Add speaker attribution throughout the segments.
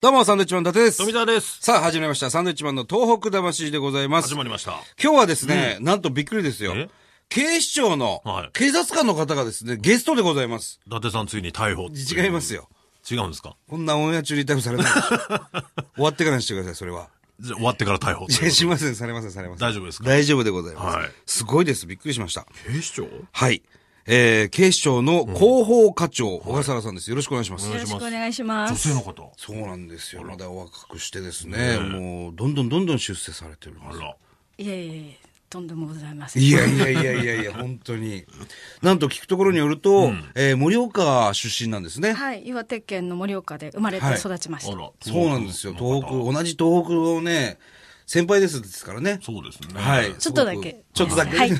Speaker 1: どうも、サンドウィッチマン伊達です。
Speaker 2: 富澤です。
Speaker 1: さあ、始まりました。サンドウィッチマンの東北魂でございます
Speaker 2: 始。まりました。
Speaker 1: 今日はですね、なんとびっくりですよ
Speaker 2: え。
Speaker 1: 警視庁の
Speaker 2: はい
Speaker 1: 警察官の方がですね、ゲストでございます。
Speaker 2: 伊達さんついに逮捕。
Speaker 1: 違いますよ。
Speaker 2: 違うんですか
Speaker 1: こんなオンエア中に逮捕されないでしょ。終わってからにしてください、それは。
Speaker 2: じゃあ終わってから逮捕。
Speaker 1: いやしません、されません、されません。
Speaker 2: 大丈夫ですか
Speaker 1: 大丈夫でございます。
Speaker 2: はい
Speaker 1: すごいです、びっくりしました。
Speaker 2: 警視庁
Speaker 1: はい。えー、警視庁の広報課長、小笠原さんです。よろしくお願いします。
Speaker 2: お願い
Speaker 3: よろ
Speaker 2: し
Speaker 3: し
Speaker 2: ま
Speaker 3: くお
Speaker 2: す
Speaker 3: 願いしま
Speaker 2: 女
Speaker 3: す。
Speaker 2: 性の方。
Speaker 1: そうなんですよ。まだお若くしてですね、もう、どんどんどんどん出世されてるんです
Speaker 2: あら。
Speaker 3: いえいえ、とんでもございません。
Speaker 1: いやいやいやいやいや、本当に。なんと聞くところによると、えー盛岡出身なんですね。
Speaker 3: はい、岩手県の盛岡で生まれて
Speaker 1: はい
Speaker 3: 育ちました。
Speaker 2: あら。
Speaker 1: そうなんですよ。東北、
Speaker 2: の方
Speaker 1: 同じ東北をね、先輩ですですからね。
Speaker 2: そうですね。
Speaker 1: はい。
Speaker 3: ちょっとだけ
Speaker 1: ちょっとだけ。
Speaker 3: はい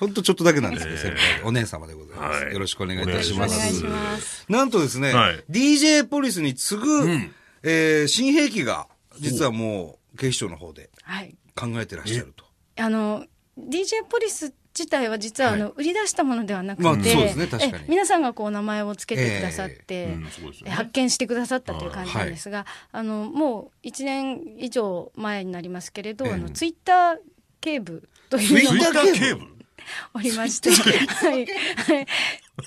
Speaker 1: 本当ちょっとだけなんですけど、先輩で。お姉様でございます。
Speaker 2: はい
Speaker 1: よろしくお願いいたし
Speaker 3: お
Speaker 1: ま
Speaker 3: 願い
Speaker 1: す。
Speaker 3: します。
Speaker 1: なんとですね、
Speaker 2: はい
Speaker 1: DJ ポリスに次ぐ、えー新兵器が、実はもう、警視庁の方で
Speaker 3: はい。
Speaker 1: 考えてらっしゃると。
Speaker 3: あの、DJ ポリス自体は実はあの、売り出したものではなくて、
Speaker 1: まあそうですね確かに
Speaker 3: え皆さんがこう名前をつけてくださって、
Speaker 2: うん、そうですよね。
Speaker 3: 発見してくださったという感じなんですが、あのもう1年以上前になりますけれど、あのツイッター警部というの
Speaker 2: ツイ
Speaker 3: が
Speaker 2: ッターケーブル
Speaker 3: おりまして、はい、はい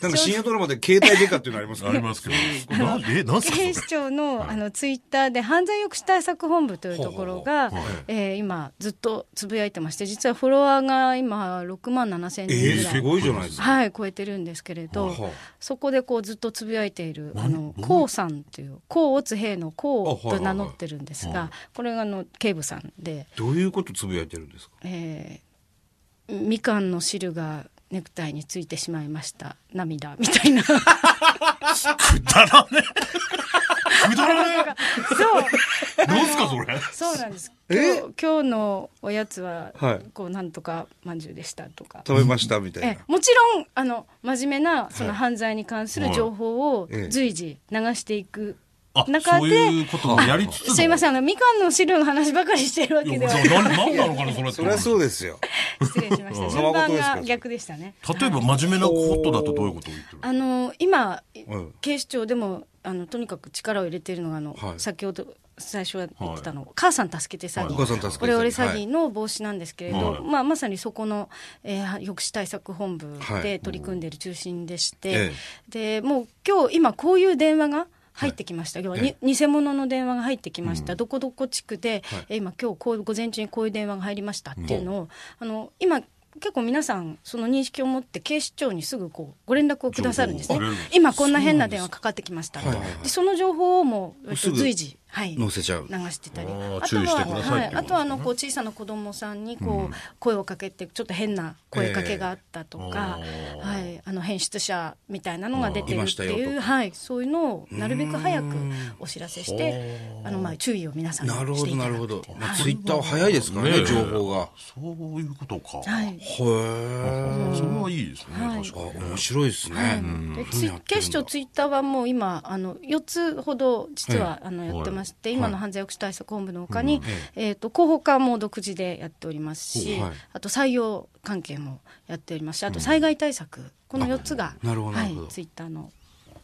Speaker 1: なんか深夜ドラマで携帯デカっていうのありますか
Speaker 2: あ
Speaker 1: ら
Speaker 2: りますけど。なえ、なんすかそれ
Speaker 3: 警視庁のあのツイッターで犯罪抑止対策本部というところが、
Speaker 2: ほうほうほう
Speaker 3: えー今ずっとつぶやいてまして実はフォロワーが今6万7千人
Speaker 1: ええ
Speaker 3: ぐらい、
Speaker 1: すごいじゃないですか。
Speaker 3: はい、超えてるんですけれど、
Speaker 1: はあ
Speaker 3: そこでこうずっとつぶやいているあの
Speaker 2: 何
Speaker 3: こうさんというこうおつ兵のこ
Speaker 1: あ
Speaker 3: う
Speaker 1: はい
Speaker 3: と
Speaker 1: はいは
Speaker 3: 名
Speaker 1: い
Speaker 3: 乗ってるんですがこれがあの警部さんで、
Speaker 1: どういうことつぶやいてるんですか
Speaker 3: えーみかんの汁がネクタイについてしまいました涙みたいな。
Speaker 2: くだらねえ。くだらね
Speaker 3: そう
Speaker 2: え。なんすかそれ。
Speaker 3: そうなんです。
Speaker 1: え
Speaker 3: 今日今日のおやつは、
Speaker 1: はい
Speaker 3: こうなんとか饅頭でしたとか。
Speaker 1: 食べましたみたい
Speaker 3: え
Speaker 1: な。
Speaker 3: もちろんあの真面目なその犯罪に関する情報を
Speaker 1: ええ
Speaker 3: 随時流していく
Speaker 2: あ、
Speaker 3: 中
Speaker 2: そう
Speaker 3: で、
Speaker 2: いうことをやりつつの。
Speaker 3: すいませ
Speaker 2: ん。
Speaker 3: んあのみかんの汁の話ばかりしてるわけでは
Speaker 2: じゃあ、ななんなのかなそれって
Speaker 1: そりゃそうですよ。
Speaker 3: 失礼しま した
Speaker 1: うん
Speaker 3: 順
Speaker 1: まこと
Speaker 3: 番
Speaker 1: ですから
Speaker 3: が逆でしたね
Speaker 2: 例えば真面目なことだとどういうことを言ってる
Speaker 3: あの今、
Speaker 1: うん
Speaker 3: 警視庁でもあのとにかく力を入れているのがあの、
Speaker 1: はい
Speaker 3: 先ほど最初は言ってたの、母さん助けて詐
Speaker 2: は
Speaker 3: 欺、
Speaker 2: い
Speaker 1: お母さん助けて。
Speaker 3: オレオレ詐
Speaker 1: は
Speaker 3: 欺
Speaker 1: い。
Speaker 3: の防止なんですけれど、
Speaker 2: はい
Speaker 3: まあ、まさにそこの、えー抑止対策本部
Speaker 1: はい
Speaker 3: で取り組んでいる中心でして、
Speaker 1: え
Speaker 3: でもう今日今こういう電話が入ってきました、要はに偽物の電話が入ってきました、どこどこ地区で、
Speaker 1: はい
Speaker 3: えー今今日こう午前中にこういう電話が入りましたっていうのを、あの今結構皆さんその認識を持って警視庁にすぐこうご連絡をくださるんですね
Speaker 2: 情報をくれるんです
Speaker 3: 今こんな変な電話かかってきましたって
Speaker 1: そうなんですはい
Speaker 3: でその情報をもうえっ
Speaker 1: す
Speaker 3: と
Speaker 1: ぐ
Speaker 3: 随時、はい、
Speaker 1: 載せちゃう。
Speaker 3: 流してたり
Speaker 2: あー
Speaker 3: あと
Speaker 2: 注意してくだ
Speaker 3: は、
Speaker 2: さい
Speaker 3: はい
Speaker 2: っていうことですね
Speaker 3: あとはあのこう小さな子供さんにこう声をかけてちょっと変な声かけがあったとか、
Speaker 2: ええ
Speaker 3: はい、あの変質者みたいなのが出て
Speaker 1: い
Speaker 3: る
Speaker 1: ま
Speaker 3: っ
Speaker 1: した
Speaker 3: て
Speaker 1: よ
Speaker 3: いう
Speaker 1: と
Speaker 3: はい、そういうのをなるべく早くお知らせしてあのまあ注意を皆さんに
Speaker 1: なる
Speaker 3: し
Speaker 1: ほ
Speaker 3: て
Speaker 1: ど、
Speaker 3: い
Speaker 1: な
Speaker 3: た
Speaker 1: る
Speaker 3: だ
Speaker 1: ほ
Speaker 3: くとい
Speaker 1: ど
Speaker 3: う。
Speaker 1: まあツイッターは早いですから
Speaker 2: ね
Speaker 1: ね、
Speaker 2: え
Speaker 1: 情報が。
Speaker 2: そういうことか。
Speaker 3: はい
Speaker 1: へえ。
Speaker 2: それはいいですね。
Speaker 3: はい
Speaker 2: 確
Speaker 1: あ、
Speaker 2: かに。
Speaker 1: 面白いです
Speaker 3: はい
Speaker 1: ね。
Speaker 3: でツイ警視庁ツイッターはもう今あの4つほど実はあのやってまして、今の犯罪抑止対策本部のほかに、えー、と広報課も独自でやっておりますし、
Speaker 1: はい
Speaker 3: あと採用関係もやっておりますしあと災害対策、この4つが
Speaker 1: なるほどな
Speaker 3: は
Speaker 1: る
Speaker 3: い
Speaker 1: ほど、
Speaker 3: ツイッターの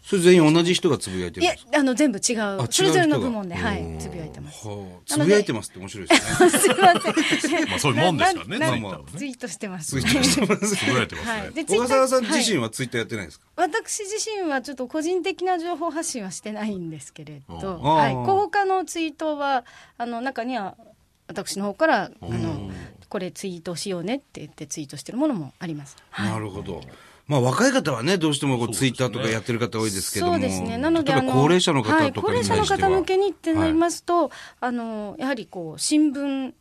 Speaker 1: それ全員同じ人がつぶやいてる
Speaker 3: い
Speaker 1: ん
Speaker 3: や
Speaker 1: ですか
Speaker 3: あの全部違う
Speaker 1: あ
Speaker 3: それぞれ
Speaker 1: 違
Speaker 3: の
Speaker 1: う人が
Speaker 3: 部門で、はい、つぶやいてます。
Speaker 1: はあ
Speaker 3: な
Speaker 1: つ
Speaker 3: ので
Speaker 1: ぶやいてますって面白いですね。
Speaker 3: すいません。
Speaker 2: まあそういうもんですからね
Speaker 3: なな
Speaker 2: ツイッターはね
Speaker 3: ツイートしてます。
Speaker 1: ツイッターしてます。
Speaker 2: つぶやいてますね。
Speaker 3: はい。で
Speaker 1: 小笠原さん
Speaker 3: はい
Speaker 1: 自身はツイッターやってないですか
Speaker 3: 私自身はちょっと個人的な情報発信はしてないんですけれど、
Speaker 2: うん
Speaker 3: はい、
Speaker 1: あー
Speaker 3: 高課のツイートはあの中には私の方からあのこれツイートしようねって言ってツイートしてるものもあります。はい
Speaker 1: なるほど。まあ若い方はね、どうしてもこうツイッターとかやってる方多いですけども。
Speaker 3: そうですね。なので
Speaker 1: 例えば高齢者の
Speaker 3: は
Speaker 1: 方
Speaker 3: い、
Speaker 1: と
Speaker 3: 高
Speaker 1: かに
Speaker 3: 齢者
Speaker 1: 対
Speaker 3: の
Speaker 1: しては。
Speaker 3: 方向けにってなりますと、あのやはりこう新聞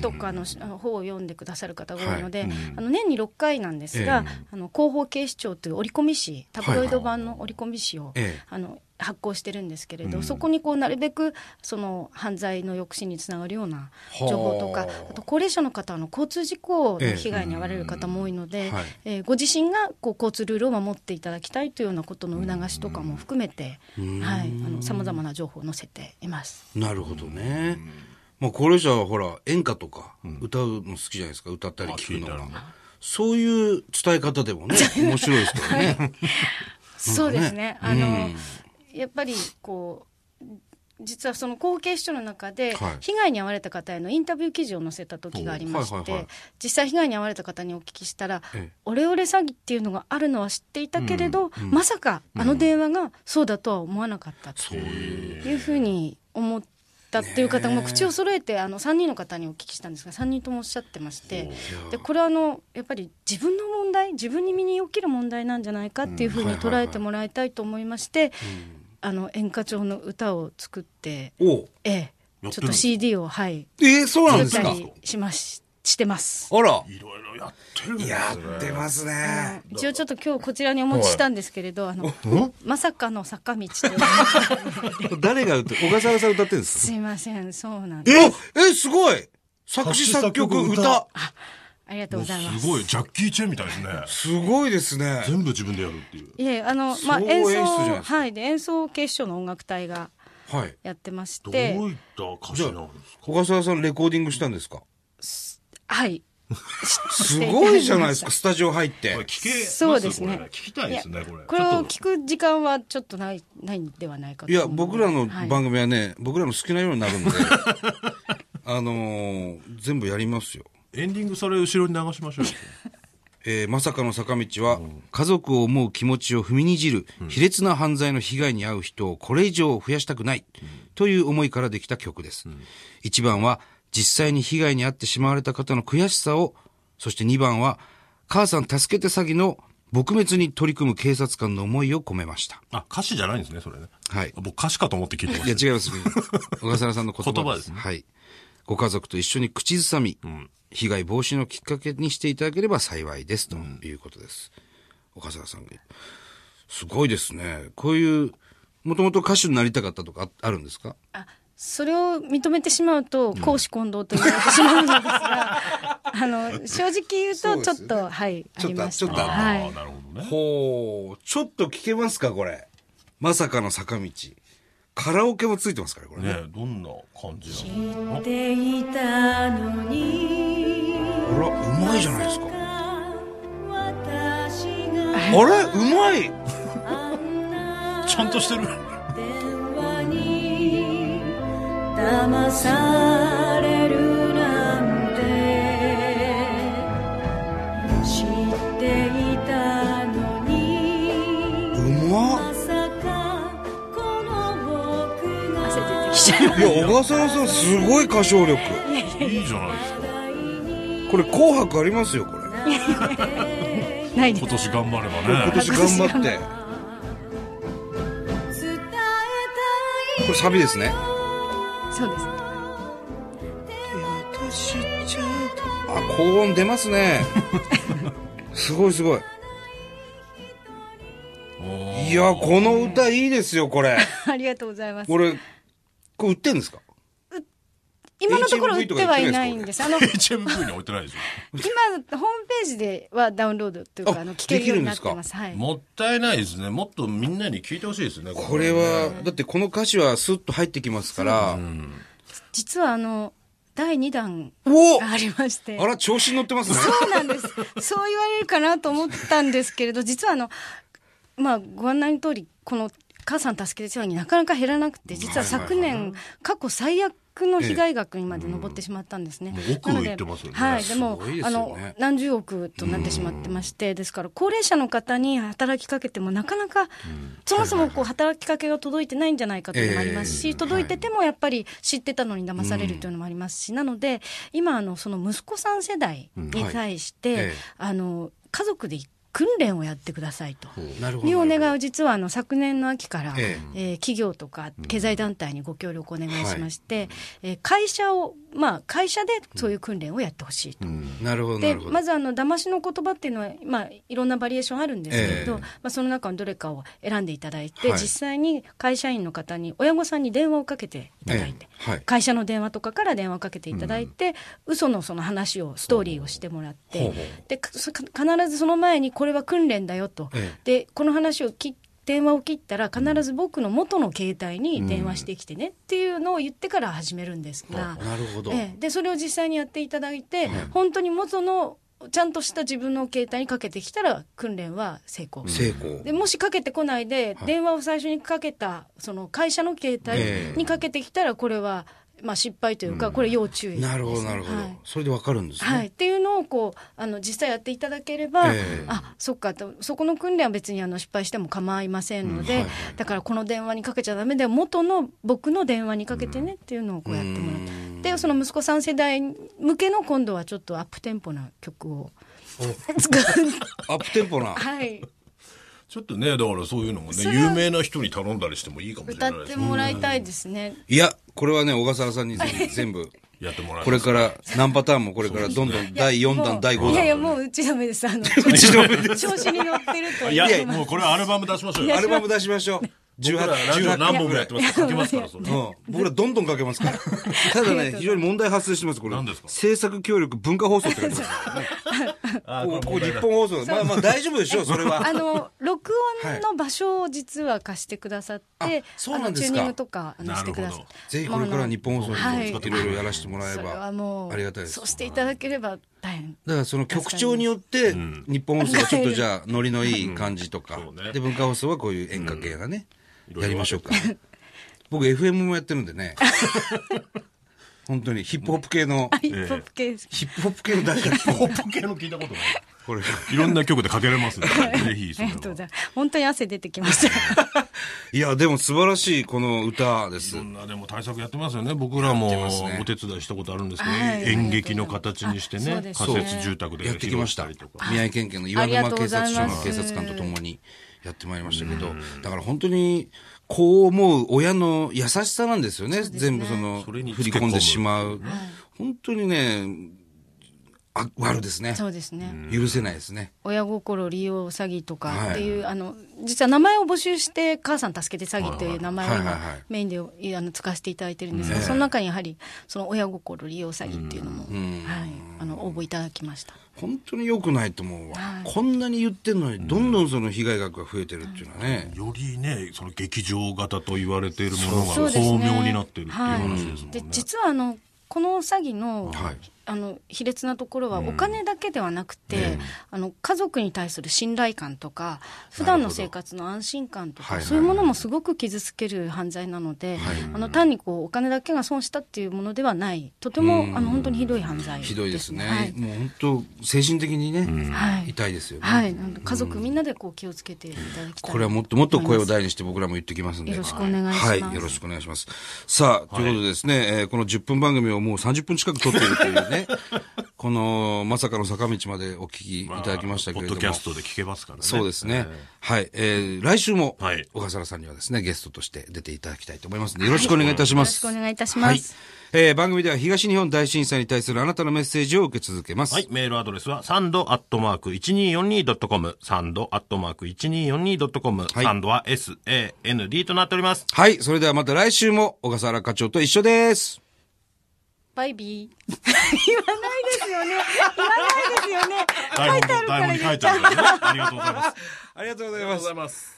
Speaker 3: とかのあの方を読んでくださる方が多いので、あの年に6回なんですが、あの広報警視庁という折り込み紙、タブロイド版の折り込み紙を、
Speaker 1: ええ
Speaker 3: あの発行してるんですけれど、そこにこうなるべくその犯罪の抑止につながるような情報と
Speaker 1: は
Speaker 3: か
Speaker 1: あ、
Speaker 3: あと高齢者の方あの交通事故の被害に遭われる方も多いので、
Speaker 1: はい
Speaker 3: えーご自身がこう交通ルールを守っていただきたいというようなことの促しとかも含めて、はい、あのさまざまな情報を載せています。
Speaker 1: なるほどね。まあ、高齢者はほら、演歌とか、歌うの好きじゃないですか、歌ったり聞くの
Speaker 2: あ聞いた
Speaker 1: が。そういう伝え方でもね、面白いですからね。
Speaker 3: そうですね。あの、やっぱりこう実はその後継市長の中で、
Speaker 1: はい
Speaker 3: 被害に遭われた方へのインタビュー記事を載せた時がありまして、
Speaker 1: おはいはいはい
Speaker 3: 実際被害に遭われた方にお聞きしたら、
Speaker 1: ええ
Speaker 3: オレオレ詐欺っていうのがあるのは知っていたけれど、まさかあの電話がそうだとは思わなかったというふうに思ったっていう方も口を揃えてあの3人の方にお聞きしたんですが3人ともおっしゃってましてでこれはあのやっぱり自分の問題自分に身に起きる問題なんじゃないかっていうふうに捉えてもらいたいと思いましてあの演歌調の歌を作って、
Speaker 1: おう
Speaker 3: え
Speaker 2: や
Speaker 3: え、
Speaker 2: ってるんですか
Speaker 3: ちょっと CD をはい
Speaker 1: えー、そうなん
Speaker 3: 作
Speaker 1: で
Speaker 3: っ
Speaker 1: す
Speaker 3: た
Speaker 1: か
Speaker 3: りしますしてます。
Speaker 1: あら
Speaker 2: いろいろやってるんですね
Speaker 1: やってます
Speaker 3: あの
Speaker 1: ね
Speaker 3: 一応ちょっと今日こちらにお持ちしたんですけれど、あの、まさかの坂道という
Speaker 1: 誰が歌って小笠原さん歌ってるんです
Speaker 3: すいません、そうなん
Speaker 1: え
Speaker 3: です。
Speaker 1: えすごい作詞作曲
Speaker 2: 作詞作
Speaker 1: 歌
Speaker 2: 曲歌
Speaker 3: ありがとうございます。
Speaker 2: すごい、ジャッキー・チェンみたいですね。
Speaker 1: すごいですね
Speaker 2: 全部自分でやるっていう。
Speaker 3: いえ、あの、まあ、
Speaker 1: 総合
Speaker 3: 演奏
Speaker 1: 演出じゃないですか
Speaker 3: はい、で、演奏警視庁の音楽隊が
Speaker 1: はい
Speaker 3: やってまし
Speaker 2: どう
Speaker 3: て、
Speaker 2: いった歌詞なんですか
Speaker 1: 小笠原さんレコーディングしたんですか
Speaker 3: はい。
Speaker 1: すごいじゃない ですかスタジオ入って
Speaker 2: これ聞けます
Speaker 3: そうですね
Speaker 2: これ聞きたいですね、これ。
Speaker 3: これ
Speaker 2: ちょ
Speaker 3: を
Speaker 2: っと
Speaker 3: 聞く時間はちょっとない、ないんではないかと
Speaker 1: いや、僕らの番
Speaker 3: 組。
Speaker 1: 組はね、僕らの好きなようになるんで、 あのー全部やりますよ。
Speaker 2: エンディングそれ後ろに流しましょうよ。
Speaker 1: えーまさかの坂道は、家族を思う気持ちを踏みにじる、卑劣な犯罪の被害に遭う人をこれ以上増やしたくない、という思いからできた曲です。1番は、実際に被害に遭ってしまわれた方の悔しさを、そして2番は、母さん助けて詐欺の撲滅に取り組む警察官の思いを込めました。
Speaker 2: あ、歌詞じゃないんですね、それね。
Speaker 1: はい。
Speaker 2: 僕歌詞かと思って聞いてま
Speaker 1: いや、
Speaker 2: した。
Speaker 1: 違います。 小笠原さんの言葉です。
Speaker 2: 言葉ですね
Speaker 1: はい。ご家族と一緒に口ずさみ、被害防止のきっかけにしていただければ幸いです、ということです。小笠原さんが、すごいですね。こういう、もともと歌手になりたかったとかああるんですか
Speaker 3: あそれを認めてしまうと、公私混同と言われてしまうので すが、あの、正直言うと、ちょっと、はい、あ
Speaker 1: ちょっと
Speaker 3: りました。
Speaker 1: ちょっと
Speaker 2: あ
Speaker 3: はい
Speaker 2: あ、。なるほどね。
Speaker 1: ほう、ちょっと聞けますか、これ。まさかの坂道。カラオケもついてますから、これね。
Speaker 2: ねどんな感じなの
Speaker 4: 知っていたの
Speaker 1: あ
Speaker 4: に
Speaker 1: ら、うまいじゃないですか。
Speaker 4: 私が
Speaker 1: あれうまい
Speaker 4: あんな
Speaker 2: ちゃんとしてる。
Speaker 4: 電話に騙されるなんて知っていたのに
Speaker 1: うま
Speaker 4: ま
Speaker 1: っ
Speaker 4: さかこの僕が
Speaker 3: 汗 出てきちゃいま
Speaker 1: いや、小笠原さんすごい歌唱力。
Speaker 2: いいじゃないですか。
Speaker 1: これ紅白ありますよ、これ。
Speaker 3: すないです
Speaker 2: 今年頑張ればね。
Speaker 1: 今年頑張って。
Speaker 4: 伝え
Speaker 1: これサビですね。
Speaker 3: そうです。
Speaker 1: あ、高音出ますね。すごいすごい。 いや、この歌いいですよ、これ。
Speaker 3: ありがとうございます。
Speaker 1: これ、これ売ってんですか
Speaker 3: 今のところ売ってはいないんです。あの、今、
Speaker 2: HMV に置いてないでし
Speaker 3: ホームページではダウンロードという
Speaker 1: あ
Speaker 3: か、あの、聞けるようになってます。は
Speaker 2: ょ。
Speaker 3: い。
Speaker 2: もったいないですね。もっとみんなに聞いてほしいですね。
Speaker 1: これは、だってこの歌詞はスッと入ってきますから。
Speaker 3: 実は、あの、第2弾
Speaker 1: お
Speaker 3: がありまして
Speaker 1: あ。ら、調子に乗ってますね。
Speaker 3: そうなんです。そう言われるかなと思ったんですけれど、実はあの、まあ、ご案内の通り、この母さん助けて世話になかなか減らなくて、実は昨年、過去最悪の被害額にまで上ってしまったんですね。
Speaker 2: ええもう億を
Speaker 3: なので
Speaker 2: 言ってますよね
Speaker 3: はい、でも
Speaker 1: すごいで、
Speaker 3: あ
Speaker 1: すよ
Speaker 3: の
Speaker 1: ね、
Speaker 3: 何十億となってしまってまして、ですから、高齢者の方に働きかけても、なかなか、そもそもこう働きかけが届いてないんじゃないかというのもあります
Speaker 1: ええ
Speaker 3: し、届いててもやっぱり知ってたのに騙されるというのもありますし、なので、今、あの、その息子さん世代に対して、
Speaker 1: はいええ
Speaker 3: あの、家族で訓練をやってくださいと。
Speaker 1: なる
Speaker 3: いうお願
Speaker 1: い。
Speaker 3: いを実はあの昨年の秋から、
Speaker 1: え
Speaker 3: えー企業とか経済団体にご協力をお願いしまして、えー会社を、まあ、会社でそういう訓練をやってほしいと。
Speaker 1: なるほど、な
Speaker 3: で
Speaker 1: るほど。
Speaker 3: まずあの騙しの言葉っていうのは、まあ、いろんなバリエーションあるんですけれ
Speaker 1: え
Speaker 3: ど、
Speaker 1: え
Speaker 3: まあ、その中のどれかを選んでいただいて、
Speaker 1: はい
Speaker 3: 実際に会社員の方に親御さんに電話をかけていただいて、
Speaker 1: ええはい
Speaker 3: 会社の電話とかから電話をかけていただいて、嘘のその話をストーリーをしてもらって、
Speaker 1: ほうほう
Speaker 3: でかそ必ずその前にこれは訓練だよと、
Speaker 1: え
Speaker 3: でこの話をき電話を切ったら必ず僕の元の携帯に電話してきてねっていうのを言ってから始めるんですが。
Speaker 1: なるほど。
Speaker 3: ええでそれを実際にやっていただいて、本当に元のちゃんとした自分の携帯にかけてきたら訓練は成功。
Speaker 1: 成功
Speaker 3: でもしかけてこないで、
Speaker 1: はい
Speaker 3: 電話を最初にかけたその会社の携
Speaker 1: ええ
Speaker 3: 帯にかけてきたらこれは、まあ、失敗というか、これ要注意ですね、
Speaker 1: なるほどなるほど、
Speaker 3: はい
Speaker 1: それでわかるんですね、
Speaker 3: はい、っていうのをこうあの実際やっていただければ、
Speaker 1: ええ
Speaker 3: あそっかとそこの訓練は別にあの失敗しても構いませんので、
Speaker 1: うんはいはい
Speaker 3: だからこの電話にかけちゃダメで元の僕の電話にかけてねっていうのをこうやってもらって、でその息子さん世代向けの今度はちょっとアップテンポな曲を作る
Speaker 1: アップテンポな
Speaker 3: はい
Speaker 2: ちょっとね、だからそういうのもね、
Speaker 3: それ
Speaker 2: 有名な人に頼んだりしてもいいかもしれな
Speaker 3: 歌
Speaker 2: い
Speaker 3: っ
Speaker 2: で
Speaker 3: て
Speaker 2: すね。
Speaker 3: もらいたいですね。
Speaker 1: いやこれはね小笠原さんにぜひ全部
Speaker 2: やってもらい
Speaker 1: これから何パターンもこれからどんどん第4
Speaker 3: も
Speaker 1: 弾
Speaker 3: う
Speaker 1: 第5弾
Speaker 3: いやいやもううちダメですあの調子に乗ってると
Speaker 2: いや、もうこれはアルバム出しましょう よ。
Speaker 1: アルバム出しましょう
Speaker 2: 僕らラジオ
Speaker 1: 18
Speaker 2: 何本もやってますから書けますから、それ。
Speaker 1: うん、僕らどんどんかけます から。ただね、非常に問題発生してます、これ。
Speaker 2: 何ですか
Speaker 1: 制作協力文化放送って書いてます。
Speaker 2: あ
Speaker 1: こうこう
Speaker 2: 問題
Speaker 1: 日
Speaker 2: だ
Speaker 1: 本放送。まあまあ大丈夫でしょう、それ は。
Speaker 3: あの録音の場所を実は貸してくださって、
Speaker 1: はいあそうなんですか
Speaker 3: あのチューニングとかあのしてくださ
Speaker 2: な
Speaker 3: っ
Speaker 2: るほ
Speaker 3: て
Speaker 1: ぜひこれから日本放送
Speaker 3: は
Speaker 1: に
Speaker 3: い
Speaker 1: もいろいろやらせてもらえ
Speaker 3: それはも
Speaker 1: ばあ
Speaker 3: う
Speaker 1: りがたいです
Speaker 3: そう。していただければ大変
Speaker 1: だからその局長によって日本放送はちょっとじゃあノリのいい感じとか
Speaker 2: うんそうね
Speaker 1: で文化放送はこういう演歌系がね
Speaker 2: うん
Speaker 1: やりましょうか僕 FM もやってるんで ね本当にヒップホップ系の
Speaker 3: ヒップホップ系です
Speaker 1: ヒップホップ系の誰だっけ
Speaker 2: ポップ系の聞いたことない。
Speaker 1: これ
Speaker 2: いろんな曲でかけられますんで、ぜひ、そ
Speaker 3: あ
Speaker 2: れ
Speaker 3: り
Speaker 2: は
Speaker 3: がとうございます本当に汗出てきました
Speaker 1: いやでも素晴らしいこの歌で
Speaker 2: い
Speaker 1: す
Speaker 2: ろんなでも対策やってますよね。僕らもお手伝いしたことあるんですけど、
Speaker 3: はい
Speaker 2: 演劇の形にして
Speaker 3: あそう
Speaker 2: ね、
Speaker 3: です
Speaker 2: 仮
Speaker 3: ね
Speaker 2: 設住宅で
Speaker 1: やってきました
Speaker 2: 披露りとか
Speaker 1: 宮城県警の岩沼警察署
Speaker 3: ありがとうござい
Speaker 1: の
Speaker 3: ます
Speaker 1: 警察官とともにやってまいりましたけどだから本当にこう思う親の優しさなんですよね全部その
Speaker 2: そ
Speaker 1: 振
Speaker 2: れに
Speaker 1: り
Speaker 2: つけ込む
Speaker 1: 込んでしまう本当にねあ悪ですね
Speaker 3: そうですね、
Speaker 1: 許せないですね
Speaker 3: 親心利用詐欺とかっていう、あの実は名前を募集して「母さん助けて詐欺」という名前を
Speaker 1: はいはい
Speaker 3: 今
Speaker 1: はい
Speaker 3: メインであの使わせていただいてるんですが、その中にやはりその親心利用詐欺っていうのも、はい、あの応募いただきました。
Speaker 1: 本当に良くないと思うわ
Speaker 3: はい
Speaker 1: こんなに言ってんのにどんどんその被害額が増えてるっていうのはね
Speaker 2: よりね、その劇場型と言われているもの
Speaker 3: そう
Speaker 2: が
Speaker 3: ですね
Speaker 2: 巧妙になってるっていう話ですもん
Speaker 3: で
Speaker 2: ね。
Speaker 3: 実はあのこの詐欺の,、
Speaker 1: はい
Speaker 3: あの卑劣なところはお金だけではなくて、あの家族に対する信頼感とか普段の生活の安心感と
Speaker 1: は
Speaker 3: か、
Speaker 1: いはい
Speaker 3: そういうものもすごく傷つける犯罪なので、あの単にこうお金だけが損したっていうものではないとても、あの本当にひどい犯罪です、
Speaker 1: ひ
Speaker 3: ね、
Speaker 1: どいですねもう本当精神的にね
Speaker 3: はい、はい
Speaker 1: 痛いですよね
Speaker 3: はい、なんで家族みんなでこう気をつけていただきたい
Speaker 1: これはもっともっと声を大にして僕らも言ってきますんで。
Speaker 3: よろしくお願いします
Speaker 1: はい、よろしくお願いします。さあ、ということでですね、えーこの10分番組をもう30分近く撮っているという ね、このまさかの坂道までお聞きい
Speaker 2: まあ
Speaker 1: ただきましたけれども。
Speaker 2: ポッドキャストで聞けますからね。
Speaker 1: そうですね。はい、えー来週も
Speaker 2: はい、
Speaker 1: 小笠原さんにはですね、ゲストとして出ていただきたいと思いますので、よろしくお願いいたします。
Speaker 3: よろしくお願いいたします
Speaker 1: はい。えー番組では東日本大震災に対するあなたのメッセージを受け続けます。
Speaker 2: はい、メールアドレスは、サンドアットマーク 1242.com、サンドアットマーク 1242.com、
Speaker 1: はい
Speaker 2: サンドは SAND となっております。
Speaker 1: はい、それではまた来週も小笠原課長と一緒です。
Speaker 3: バイビー言わないですよね言わないですよね
Speaker 2: 台本、台本に書いてあるからね。ありがとうございます。
Speaker 1: ありがとうござい
Speaker 2: ありがとう
Speaker 1: ま
Speaker 2: ご
Speaker 1: す
Speaker 2: ざい。ます。